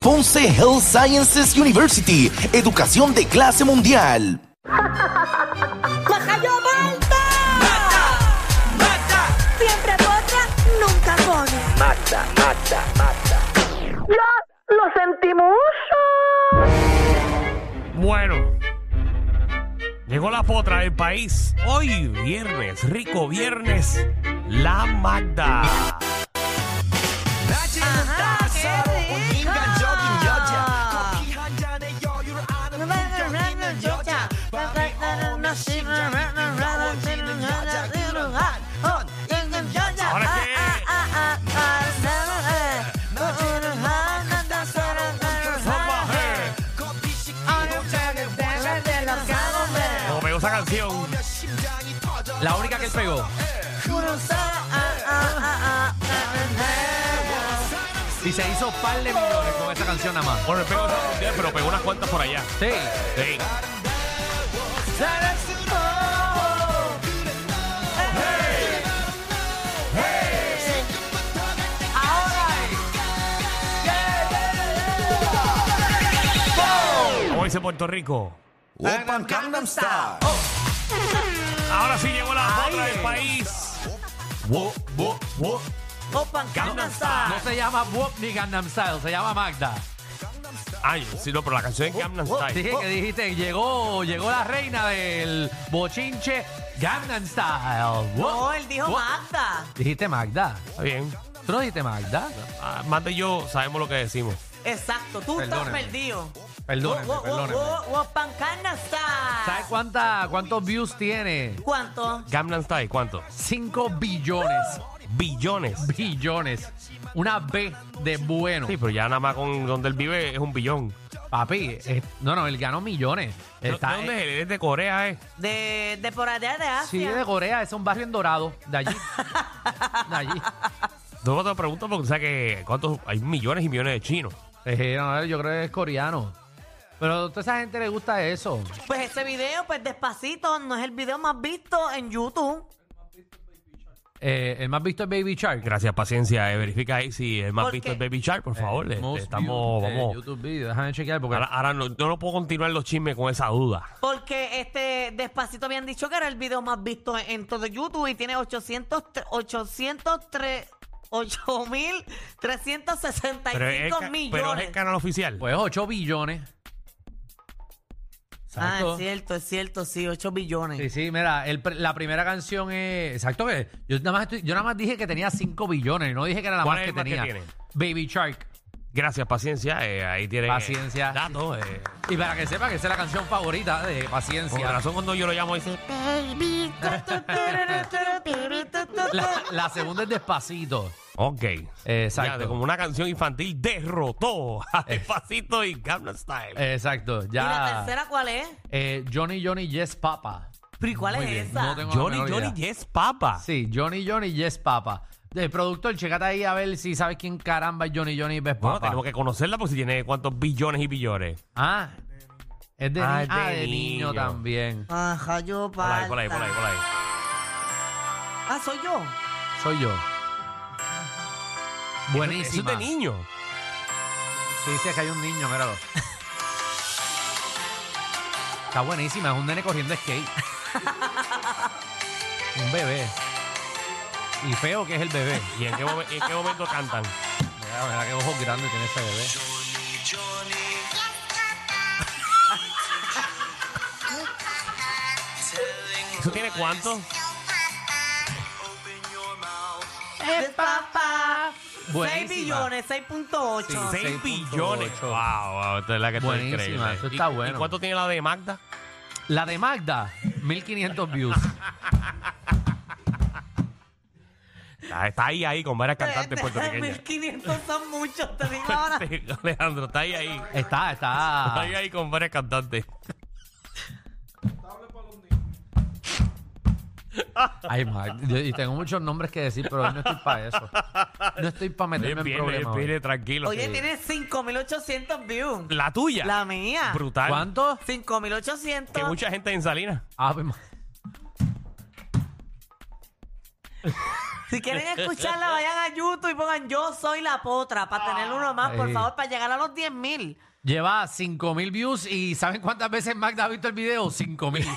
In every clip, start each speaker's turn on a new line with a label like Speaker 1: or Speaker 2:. Speaker 1: Ponce Health Sciences University, educación de clase mundial.
Speaker 2: ¡Majayo Malta! ¡Mata! ¡Mata! Siempre potra, nunca pone.
Speaker 3: Mata, mata, mata.
Speaker 2: ¡Ya lo sentimos!
Speaker 4: Bueno, llegó la potra del país. Hoy viernes, rico viernes, la Magda. Ahora qué. eh, Como pegó esa canción.
Speaker 5: La única que él pegó. Y se hizo par de millones con esa canción nada más.
Speaker 4: Bueno, él pegó esa canción, pero pegó unas cuantas por allá.
Speaker 5: Sí.
Speaker 4: Sí. Como dice Puerto Rico. Ahora sí llegó la potra del país. Wo, wo, wo. Gangnam Style.
Speaker 5: No se llama Wop ni Gangnam Style, se llama Magda.
Speaker 4: Ay, sí, no, pero la canción es Gangnam
Speaker 5: Oh,
Speaker 4: Style.
Speaker 5: Dije que dijiste, llegó, llegó la reina del bochinche Gangnam Style.
Speaker 4: Oh.
Speaker 6: No, él dijo
Speaker 5: Magda.
Speaker 6: Magda.
Speaker 5: Dijiste Magda.
Speaker 4: Está bien.
Speaker 5: ¿Tú no dijiste Magda?
Speaker 4: Ah, Mate y yo sabemos lo que decimos.
Speaker 6: Exacto, tú
Speaker 5: Perdóneme.
Speaker 6: estás perdido.
Speaker 4: Oh,
Speaker 5: Perdóneme,
Speaker 6: Wo- wo- wo-
Speaker 5: perdóneme.
Speaker 6: wo- wo- pancana está.
Speaker 5: ¿Sabes cuánta, cuántos views tiene?
Speaker 6: cuánto?
Speaker 4: Gangnam Style, ¿cuánto?
Speaker 5: 5 billones.
Speaker 4: Billones.
Speaker 5: Billones. Una B de bueno.
Speaker 4: Sí, pero ya nada más con donde él vive es un billón.
Speaker 5: Papi, eh, no, no, él ganó millones. Está,
Speaker 4: ¿De dónde es él? Él es de Corea, ¿eh?
Speaker 6: De, de por allá de Asia.
Speaker 5: Sí, de Corea, es un barrio en Dorado, de allí. de allí.
Speaker 4: No te lo pregunto porque tú sabes que cuántos, hay millones y millones de chinos.
Speaker 5: Eh, no, yo creo que es coreano. Pero a toda esa gente le gusta eso.
Speaker 6: Pues ese video, pues despacito, no es el video más visto en YouTube.
Speaker 5: Eh, el más visto es Baby Shark.
Speaker 4: Gracias, paciencia. eh, verifica ahí si es más
Speaker 6: ¿Por
Speaker 4: visto
Speaker 6: qué?
Speaker 4: el Baby Shark, por favor.
Speaker 5: Eh,
Speaker 4: este,
Speaker 5: most
Speaker 4: estamos,
Speaker 5: viewed, eh,
Speaker 4: vamos.
Speaker 5: YouTube video. Déjame chequear porque.
Speaker 4: Ahora, ahora no, yo no puedo continuar los chismes con esa duda.
Speaker 6: Porque este despacito habían dicho que era el video más visto en, en todo YouTube y tiene 800, 803, 8.365
Speaker 4: Pero es, el ca-
Speaker 6: millones.
Speaker 4: pero es el canal oficial.
Speaker 5: Pues 8 billones.
Speaker 6: ah,
Speaker 5: Exacto.
Speaker 6: es cierto, es cierto, sí, 8 billones.
Speaker 5: Sí, sí, mira, el pr- la primera canción es. Exacto que. Yo nada más, estoy- yo nada más dije que tenía 5 billones. No dije que era la
Speaker 4: ¿Cuál
Speaker 5: más
Speaker 4: es
Speaker 5: que
Speaker 4: el más que
Speaker 5: tenía.
Speaker 4: tiene?
Speaker 5: Baby Shark.
Speaker 4: Gracias, paciencia. eh, ahí tienen eh,
Speaker 5: Paciencia.
Speaker 4: datos. eh.
Speaker 5: Y para que sepa que esa es la canción favorita de
Speaker 4: Con
Speaker 5: Paciencia.
Speaker 4: razón cuando yo lo llamo dice,
Speaker 5: La, la segunda es despacito.
Speaker 4: ok.
Speaker 5: Exacto. Eh.
Speaker 4: Ya, de como una canción infantil derrotó a Despacito y Gangnam Style.
Speaker 5: Exacto.
Speaker 6: ¿Y la
Speaker 5: Ya.
Speaker 6: tercera cuál es?
Speaker 5: eh, Johnny Johnny Yes Papa.
Speaker 6: ¿Pero y cuál
Speaker 5: Muy
Speaker 6: es
Speaker 5: bien,
Speaker 6: esa?
Speaker 5: no tengo la
Speaker 4: Johnny,
Speaker 5: menor
Speaker 4: Johnny,
Speaker 5: idea.
Speaker 4: yes, papa.
Speaker 5: Sí, Johnny Johnny Yes Papa. El productor, checate ahí a ver si sabes quién caramba es Johnny Johnny Yes
Speaker 4: Bueno,
Speaker 5: Papa.
Speaker 4: tenemos que conocerla porque si tiene cuántos billones y billones.
Speaker 5: Ah, es de, ni-
Speaker 4: Ah, es de
Speaker 5: ah, de niño.
Speaker 4: niño.
Speaker 5: también.
Speaker 6: Ajá, yo
Speaker 4: Por ahí, por ahí, por ahí, por ahí.
Speaker 6: Ah, soy yo.
Speaker 5: Soy yo.
Speaker 4: Eso es
Speaker 5: Buenísima.
Speaker 4: de niño.
Speaker 5: Sí, sí, es que hay un niño, míralo. Está buenísima, es un nene corriendo skate. un bebé. Y feo que es el bebé.
Speaker 4: ¿Y en qué, momen- en qué momento cantan?
Speaker 5: Mira, mira qué ojos grandes tiene ese bebé.
Speaker 4: ¿Eso tiene cuánto?
Speaker 6: Es papá.
Speaker 5: Buenísima.
Speaker 6: 6 billones, 6.8.
Speaker 5: Sí, sí.
Speaker 4: 6
Speaker 5: 6.8.
Speaker 4: billones. Wow, wow, esta es la que está
Speaker 5: Buenísima,
Speaker 4: increíble.
Speaker 5: eso
Speaker 4: ¿Y-
Speaker 5: está
Speaker 4: ¿Y,
Speaker 5: bueno.
Speaker 4: cuánto tiene la de Magda?
Speaker 5: La de Magda, 1500 views.
Speaker 4: Ah, Está ahí, ahí, con varias cantantes puertorriqueñas.
Speaker 6: 1500 son muchos, te digo ahora.
Speaker 4: Sí, Alejandro, está ahí, ahí. Está
Speaker 5: Está, está.
Speaker 4: ahí, ahí, con varias
Speaker 5: Este
Speaker 4: cantantes.
Speaker 5: Ay, ma, yo- y tengo muchos nombres que decir, pero hoy no estoy para eso. No estoy para
Speaker 4: Bien,
Speaker 5: meterme
Speaker 4: bien,
Speaker 5: en
Speaker 4: bien,
Speaker 5: problemas. hoy.
Speaker 4: bien, tranquilo.
Speaker 6: Oye, tienes 5800 views.
Speaker 4: La tuya.
Speaker 6: La mía.
Speaker 4: Brutal.
Speaker 5: ¿Cuánto?
Speaker 6: 5800.
Speaker 4: Que mucha gente en Salinas.
Speaker 5: Ave ma-
Speaker 6: Si quieren escucharla, vayan a YouTube y pongan Yo soy la potra para tener uno más, por
Speaker 5: Ahí.
Speaker 6: favor, para llegar a los 10.000 mil.
Speaker 5: Lleva 5 mil views y ¿saben cuántas veces Magda ha visto el video? 5 mil.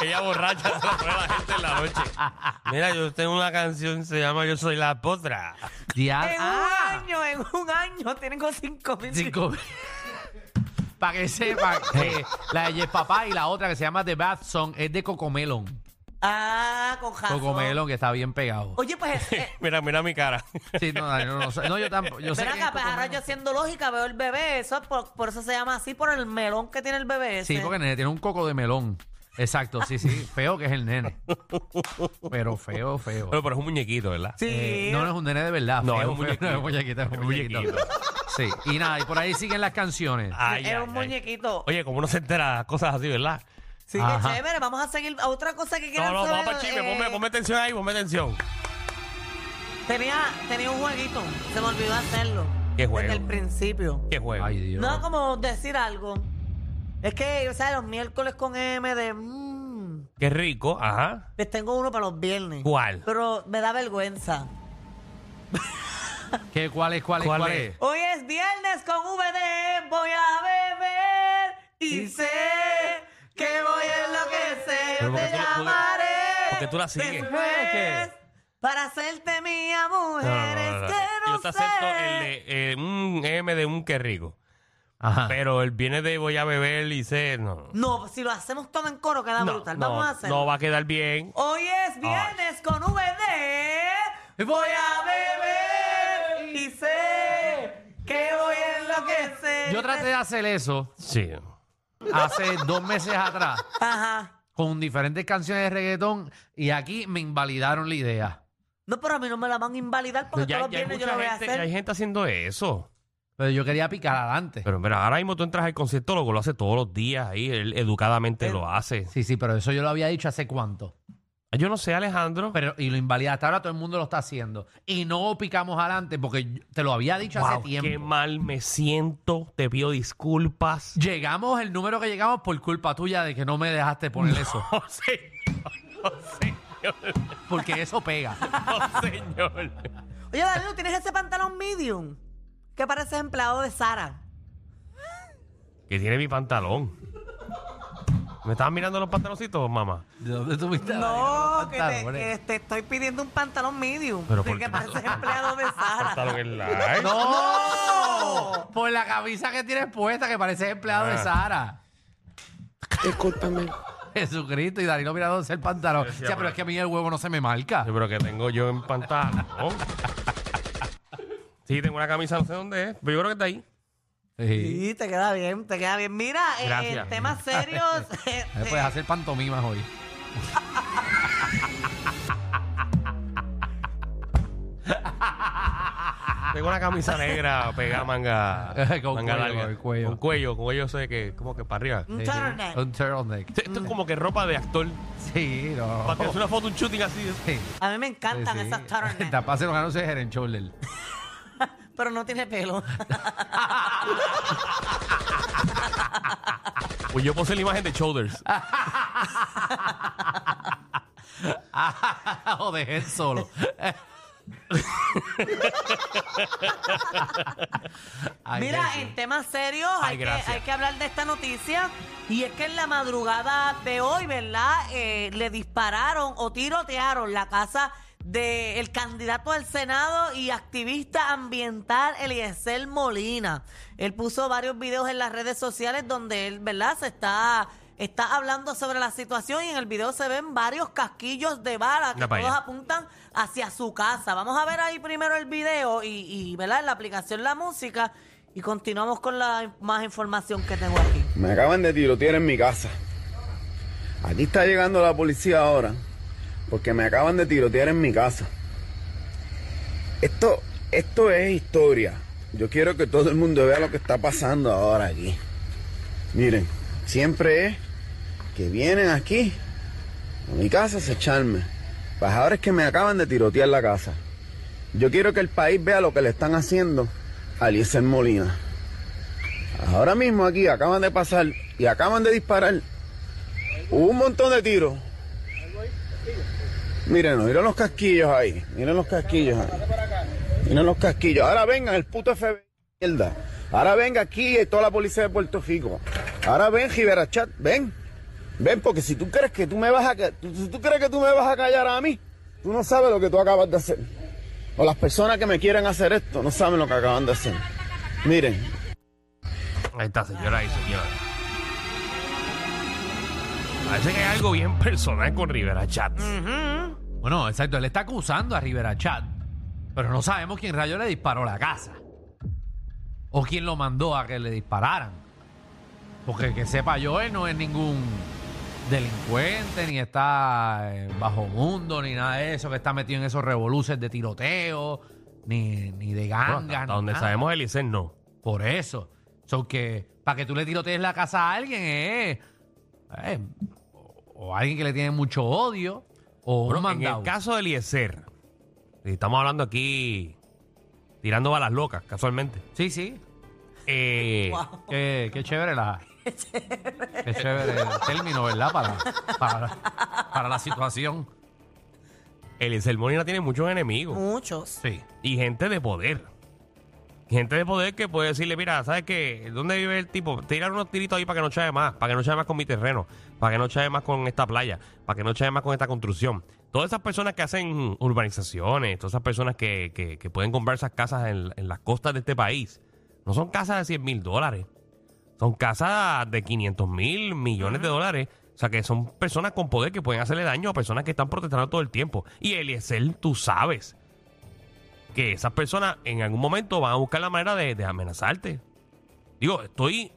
Speaker 4: Ella borracha se la pone a la gente en la noche. Mira, yo tengo una canción, se llama Yo soy la potra.
Speaker 6: En
Speaker 5: ah,
Speaker 6: un año, en un año, tienen con 5 mil.
Speaker 5: Para que sepan que la de Yes Papá y la otra que se llama The Bath Song es de Cocomelon.
Speaker 6: Ah, con razón.
Speaker 5: Cocomelon que está bien pegado.
Speaker 6: Oye, pues, eh,
Speaker 4: Mira, mira mi cara.
Speaker 5: Sí, no, Dani, no, no, sé. No, yo tampoco. Yo sé
Speaker 6: ven
Speaker 5: que
Speaker 6: acá,
Speaker 5: es
Speaker 6: pues, ahora
Speaker 5: Cocomelon.
Speaker 6: yo siendo lógica veo el bebé, eso es por, por eso se llama así, por el melón que tiene el bebé ese.
Speaker 5: Sí, porque el nene tiene un coco de melón. Exacto, sí, sí. Feo que es el nene. Pero feo, feo.
Speaker 4: Bueno, pero es un muñequito, ¿verdad?
Speaker 6: Sí.
Speaker 5: Eh, no, no es un nene de verdad.
Speaker 4: No,
Speaker 5: feo,
Speaker 4: es un
Speaker 5: feo,
Speaker 4: muñequito.
Speaker 5: no, es un muñequito. es un
Speaker 4: Es un muñequito. Ah,
Speaker 5: muñequito. Sí, y nada, y por ahí siguen las canciones.
Speaker 4: Ay,
Speaker 6: Era
Speaker 4: ay,
Speaker 6: un
Speaker 4: ay.
Speaker 6: muñequito.
Speaker 4: Oye, como uno se entera de cosas así, ¿verdad?
Speaker 6: Sí, qué
Speaker 5: Ajá.
Speaker 6: chévere. Vamos a seguir a otra cosa que
Speaker 4: No,
Speaker 6: quieran
Speaker 4: no,
Speaker 6: saber.
Speaker 4: vamos para chisme,
Speaker 6: eh,
Speaker 4: ponme, ponme atención ahí, ponme atención.
Speaker 6: Tenía, tenía un jueguito, se me olvidó hacerlo.
Speaker 4: ¿Qué juego?
Speaker 6: Desde el principio.
Speaker 4: Qué juego.
Speaker 5: Ay, Dios.
Speaker 6: No, como decir algo. Es que, o sea, los miércoles con M de... mm,
Speaker 4: Qué rico, ajá.
Speaker 6: les tengo uno para los viernes.
Speaker 4: ¿Cuál?
Speaker 6: Pero me da vergüenza.
Speaker 5: ¿Qué, ¿Cuál es, cuál es,
Speaker 4: ¿Cuál
Speaker 5: cuál,
Speaker 4: es?
Speaker 5: es?
Speaker 6: Hoy es viernes con VD, voy a beber y sé que voy a enloquecer.
Speaker 4: Pero
Speaker 6: Yo
Speaker 4: porque
Speaker 6: te
Speaker 4: tú la- tú la-
Speaker 6: llamaré.
Speaker 4: porque tú la sigues.
Speaker 6: después Para hacerte mía, mujer, es que no
Speaker 4: Yo te acepto
Speaker 6: sé.
Speaker 4: el de eh, un M de un qué rico.
Speaker 5: Ajá.
Speaker 4: Pero el viene de voy a beber y sé, no.
Speaker 6: No, si lo hacemos todo en coro queda
Speaker 4: No,
Speaker 6: brutal.
Speaker 4: no,
Speaker 6: Vamos a hacerlo.
Speaker 4: no va a quedar bien.
Speaker 6: Hoy es viernes con VD. Voy a beber y sé que voy a enloquecer.
Speaker 5: Yo traté de hacer eso
Speaker 4: Sí.
Speaker 5: hace dos meses atrás
Speaker 6: Ajá.
Speaker 5: con diferentes canciones de reggaetón y aquí me invalidaron la idea.
Speaker 6: No, pero a mí no me la van a invalidar porque
Speaker 4: Pues Ya,
Speaker 6: todos los
Speaker 4: ya hay
Speaker 6: viernes yo lo
Speaker 4: mucha
Speaker 6: voy a
Speaker 4: gente, ya
Speaker 6: hacer.
Speaker 4: hay gente haciendo eso.
Speaker 5: Pero yo quería picar adelante.
Speaker 4: Pero mira, ahora mismo tú entras al conciertólogo, lo hace todos los días ahí, él educadamente lo hace. Ah,
Speaker 5: Sí, sí, pero eso yo lo había dicho hace cuánto.
Speaker 4: Yo no sé, Alejandro.
Speaker 5: Pero, y lo invalida. Hasta ahora todo el mundo lo está haciendo. Y no picamos adelante porque yo- te lo había dicho
Speaker 4: Wow,
Speaker 5: hace tiempo.
Speaker 4: qué mal me siento, te pido disculpas.
Speaker 5: Llegamos el número que llegamos por culpa tuya de que no me dejaste poner eso.
Speaker 4: No, señor, no, señor,
Speaker 5: Porque eso pega.
Speaker 4: no, señor.
Speaker 6: Oye, Danilo, ¿tienes ese pantalón medium? Que pareces empleado de Sara.
Speaker 4: Que tiene mi pantalón. ¿Me estabas mirando los pantaloncitos, mamá?
Speaker 5: ¿De dónde tú viste?
Speaker 6: No, Oh, que te,
Speaker 5: Pantalones.
Speaker 6: que te estoy pidiendo un pantalón medium.
Speaker 4: Pero
Speaker 6: de
Speaker 4: por
Speaker 6: que
Speaker 4: qué-
Speaker 6: pareces empleado de Sara.
Speaker 4: Pantalón en la... ¿eh?
Speaker 5: ¡No! Por la camisa que tienes puesta, que pareces empleado de
Speaker 4: Ah.
Speaker 5: Sara. Discúlpame. Jesucristo y Danilo mira dónde es el pantalón. O
Speaker 4: Sí,
Speaker 5: sea, pero es que a mí el huevo no se me marca.
Speaker 4: Pero que tengo yo en pantalón. Sí, tengo una camisa, no sé dónde es, pero yo creo que está ahí.
Speaker 5: Sí.
Speaker 6: Sí, te queda bien, te queda bien. Mira, eh,
Speaker 4: Gracias. pues,
Speaker 6: temas serios. eh,
Speaker 5: Eh, Puedes hacer pantomimas hoy.
Speaker 4: Tengo una camisa negra pegada manga,
Speaker 5: Con
Speaker 4: manga
Speaker 5: cuello,
Speaker 4: larga.
Speaker 5: con cuello.
Speaker 4: Con cuello, con cuello sé que como que para arriba.
Speaker 6: Un
Speaker 5: Sí.
Speaker 6: turtleneck.
Speaker 5: Un turtleneck.
Speaker 4: Sí, Esto es como que ropa de actor.
Speaker 5: Sí, no.
Speaker 4: Para que hacer una foto, un shooting así.
Speaker 5: Sí,
Speaker 6: A mí me encantan
Speaker 5: sí.
Speaker 6: esas turtlenecks,
Speaker 5: Tapá se los ganos de Heren Scholler.
Speaker 6: pero no tiene pelo.
Speaker 4: Pues yo puse la imagen de shoulders.
Speaker 5: Ah. o de Head solo. Ay,
Speaker 6: Mira,
Speaker 5: Jesús.
Speaker 6: en temas serios
Speaker 4: Ay,
Speaker 6: hay, que,
Speaker 4: gracias.
Speaker 6: hay que hablar de esta noticia. Y es que en la madrugada de hoy, ¿verdad? Eh, le dispararon o tirotearon la casa del candidato al Senado y activista ambiental Eliezer Molina. Él puso varios videos en las redes sociales donde él, ¿verdad? Se está, está hablando sobre la situación y en el video se ven varios casquillos de bala que
Speaker 4: Mira pa'
Speaker 6: todos
Speaker 4: allá.
Speaker 6: apuntan hacia su casa. Vamos a ver ahí primero el video y, y ¿verdad? En la aplicación la música y continuamos con la in- más información que tengo aquí.
Speaker 7: Me acaban de tirotear en mi casa. Aquí está llegando la policía ahora. porque me acaban de tirotear en mi casa. Esto, esto es historia. Yo quiero que todo el mundo vea lo que está pasando ahora aquí. Miren, siempre es que vienen aquí a mi casa a acecharme. Pues ahora es que me acaban de tirotear la casa. Yo quiero que el país vea lo que le están haciendo a Eliezer Molina. Ahora mismo aquí acaban de pasar y acaban de disparar un montón de tiros. Miren, miren los casquillos ahí. Miren los casquillos ahí. Miren los casquillos. Ahora vengan el puto FBI. de mierda. Ahora venga aquí y toda la policía de Puerto Rico. Ahora ven, Giberachat, ven. Ven, porque si tú crees que tú me vas a ca- tú- si tú crees que tú me vas a callar a mí, tú no sabes lo que tú acabas de hacer. O las personas que me quieren hacer esto no saben lo que acaban de hacer. Miren,
Speaker 4: Ahí está, señora ahí, señora. Parece que hay algo bien personal con Rivera Chat.
Speaker 5: Bueno, exacto, él está acusando a Rivera Chat, pero no sabemos quién rayo le disparó la casa. O quién lo mandó a que le dispararan. Porque que sepa yo, él no es ningún delincuente, ni está eh, bajo mundo, ni nada de eso, que está metido en esos revoluces de tiroteo, ni, ni de
Speaker 4: Bueno, hasta-
Speaker 5: gangas.
Speaker 4: hasta
Speaker 5: ni
Speaker 4: donde
Speaker 5: nada.
Speaker 4: sabemos Eliezer no.
Speaker 5: Por eso. So que para que tú le tirotees la casa a alguien es. o, o alguien que le tiene mucho odio. O
Speaker 4: Bueno,
Speaker 5: un
Speaker 4: en
Speaker 5: mandado.
Speaker 4: el caso de Eliezer, y estamos hablando aquí tirando balas locas, casualmente.
Speaker 5: Sí, sí.
Speaker 4: Eh,
Speaker 6: Wow.
Speaker 5: Qué, qué chévere la. Qué chévere el término, ¿verdad? Para, para, para la situación.
Speaker 4: Eliezer Molina tiene muchos enemigos.
Speaker 6: Muchos.
Speaker 5: Sí.
Speaker 4: y gente de poder. Gente de poder que puede decirle, mira, ¿sabes qué? ¿Dónde vive el tipo? Tirar unos tiritos ahí para que no chave más, para que no chave más con mi terreno, para que no chave más con esta playa, para que no chave más con esta construcción. Todas esas personas que hacen urbanizaciones, todas esas personas que, que- que pueden comprar esas casas en, en las costas de este país, no son casas de 100 mil dólares, son casas de 500 mil millones de dólares. O sea, que son personas con poder que pueden hacerle daño a personas que están protestando todo el tiempo. Y Eliezer, tú sabes que esas personas en algún momento van a buscar la manera de, de amenazarte. Digo, estoy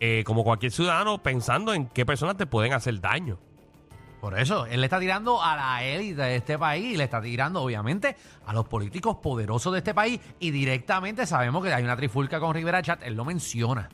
Speaker 4: eh, como cualquier ciudadano pensando en qué personas te pueden hacer daño.
Speaker 5: Por eso, él le está tirando a la élite de este país y le está tirando, obviamente, a los políticos poderosos de este país y directamente sabemos que hay una trifulca con Rivera Chat, él lo menciona.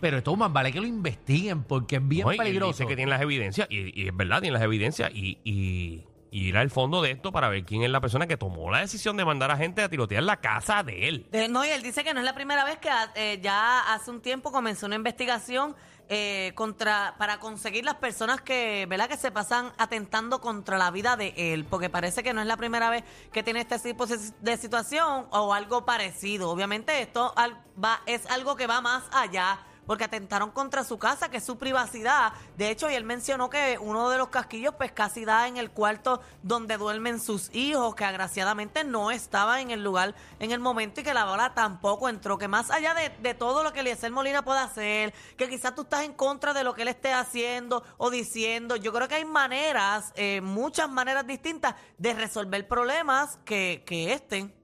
Speaker 5: Pero esto más vale que lo investiguen porque es bien
Speaker 4: ¿no? Y él
Speaker 5: peligroso.
Speaker 4: dice que tiene las evidencias, y, y es verdad, tiene las evidencias, y, y- y ir al fondo de esto para ver quién es la persona que tomó la decisión de mandar a gente a tirotear la casa de él.
Speaker 6: De- no, y él dice que no es la primera vez que ha- eh, ya hace un tiempo comenzó una investigación eh, contra para conseguir las personas que, ¿verdad? que se pasan atentando contra la vida de él, porque parece que no es la primera vez que tiene este tipo de si- de situación o algo parecido. Obviamente esto al- va, es algo que va más allá. Porque atentaron contra su casa, que es su privacidad. De hecho, y él mencionó que uno de los casquillos, pues casi da en el cuarto donde duermen sus hijos, que agraciadamente no estaba en el lugar en el momento y que la bola tampoco entró. Que más allá de, de todo lo que Eliezer Molina pueda hacer, que quizás tú estás en contra de lo que él esté haciendo o diciendo, yo creo que hay maneras, eh, muchas maneras distintas de resolver problemas que, que este estén.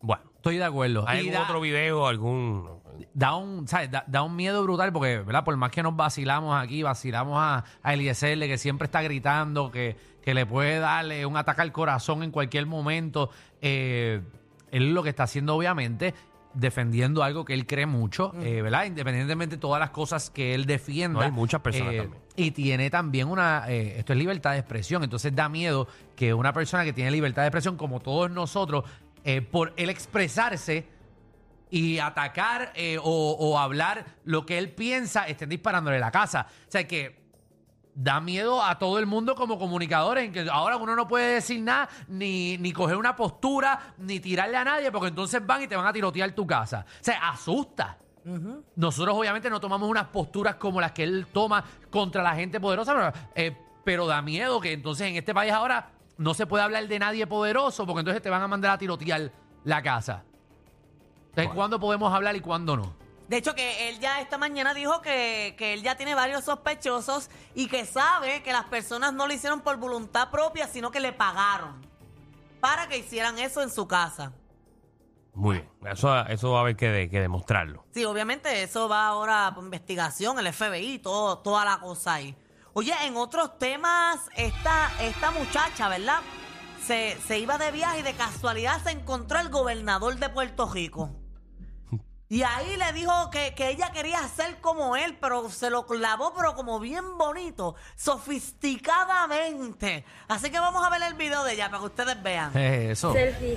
Speaker 4: Bueno,
Speaker 5: Estoy de acuerdo.
Speaker 4: ¿hay
Speaker 5: Y
Speaker 4: algún
Speaker 5: da-
Speaker 4: otro video, algún...
Speaker 5: da un, ¿sabes? Da, da un miedo brutal porque, ¿verdad? Por más que nos vacilamos aquí, vacilamos a, a Eliezer, de que siempre está gritando, que, que le puede darle un ataque al corazón en cualquier momento. eh, él lo que está haciendo, obviamente, defendiendo algo que él cree mucho, eh, ¿verdad? Independientemente de todas las cosas que él defienda.
Speaker 4: Mm. No,
Speaker 5: eh,
Speaker 4: hay muchas personas también.
Speaker 5: Y tiene también una, eh, esto es libertad de expresión, entonces da miedo que una persona que tiene libertad de expresión, como todos nosotros, eh, por el expresarse, y atacar eh, o, o hablar lo que él piensa, estén disparándole la casa. O sea que da miedo a todo el mundo como comunicadores, en que ahora uno no puede decir nada, ni, ni coger una postura, ni tirarle a nadie, porque entonces van y te van a tirotear tu casa. O sea, asusta. Nosotros obviamente no tomamos unas posturas como las que él toma contra la gente poderosa, pero, eh, pero da miedo que entonces en este país ahora no se puede hablar de nadie poderoso, porque entonces te van a mandar a tirotear la casa. Entonces, ¿cuándo podemos hablar y cuándo no?
Speaker 6: De hecho, que él ya esta mañana dijo que, que él ya tiene varios sospechosos y que sabe que las personas no lo hicieron por voluntad propia, sino que le pagaron para que hicieran eso en su casa.
Speaker 4: Muy bien, eso, eso va a haber que, de- que demostrarlo.
Speaker 6: Sí, obviamente eso va ahora por investigación, el FBI, todo, toda la cosa ahí. Oye, en otros temas, esta, esta muchacha, ¿verdad? Se, se iba de viaje y de casualidad se encontró el gobernador de Puerto Rico. Y ahí le dijo que, que ella quería ser como él, pero se lo clavó, pero como bien bonito, sofisticadamente. Así que vamos a ver el video de ella para que ustedes vean.
Speaker 5: Eh, eso.
Speaker 8: Selfie.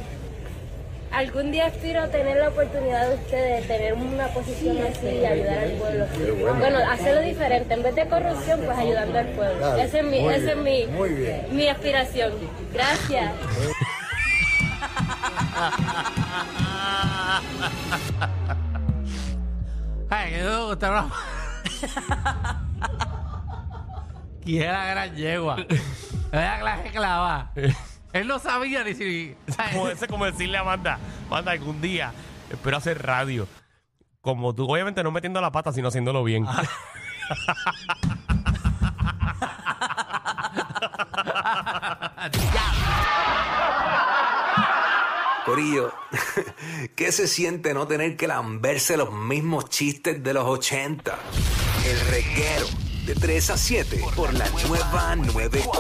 Speaker 8: Algún día aspiro a tener la oportunidad de ustedes de tener una posición así y ayudar al pueblo. Bueno, hacerlo diferente. En vez de corrupción, pues ayudando al pueblo. esa es mi, esa es mi, mi aspiración. Gracias.
Speaker 5: Ay, que no, está bravo. ¿Quién era la gran yegua? Era clase clava. Él no sabía ni si.
Speaker 4: como, ese, como decirle a Amanda, Amanda, algún día espero hacer radio. Como tú, obviamente no metiendo la pata, sino haciéndolo bien.
Speaker 9: Corillo, ¿qué se siente no tener que lamberse los mismos chistes de los 80? El reguero de 3 a 7 por la nueva 94.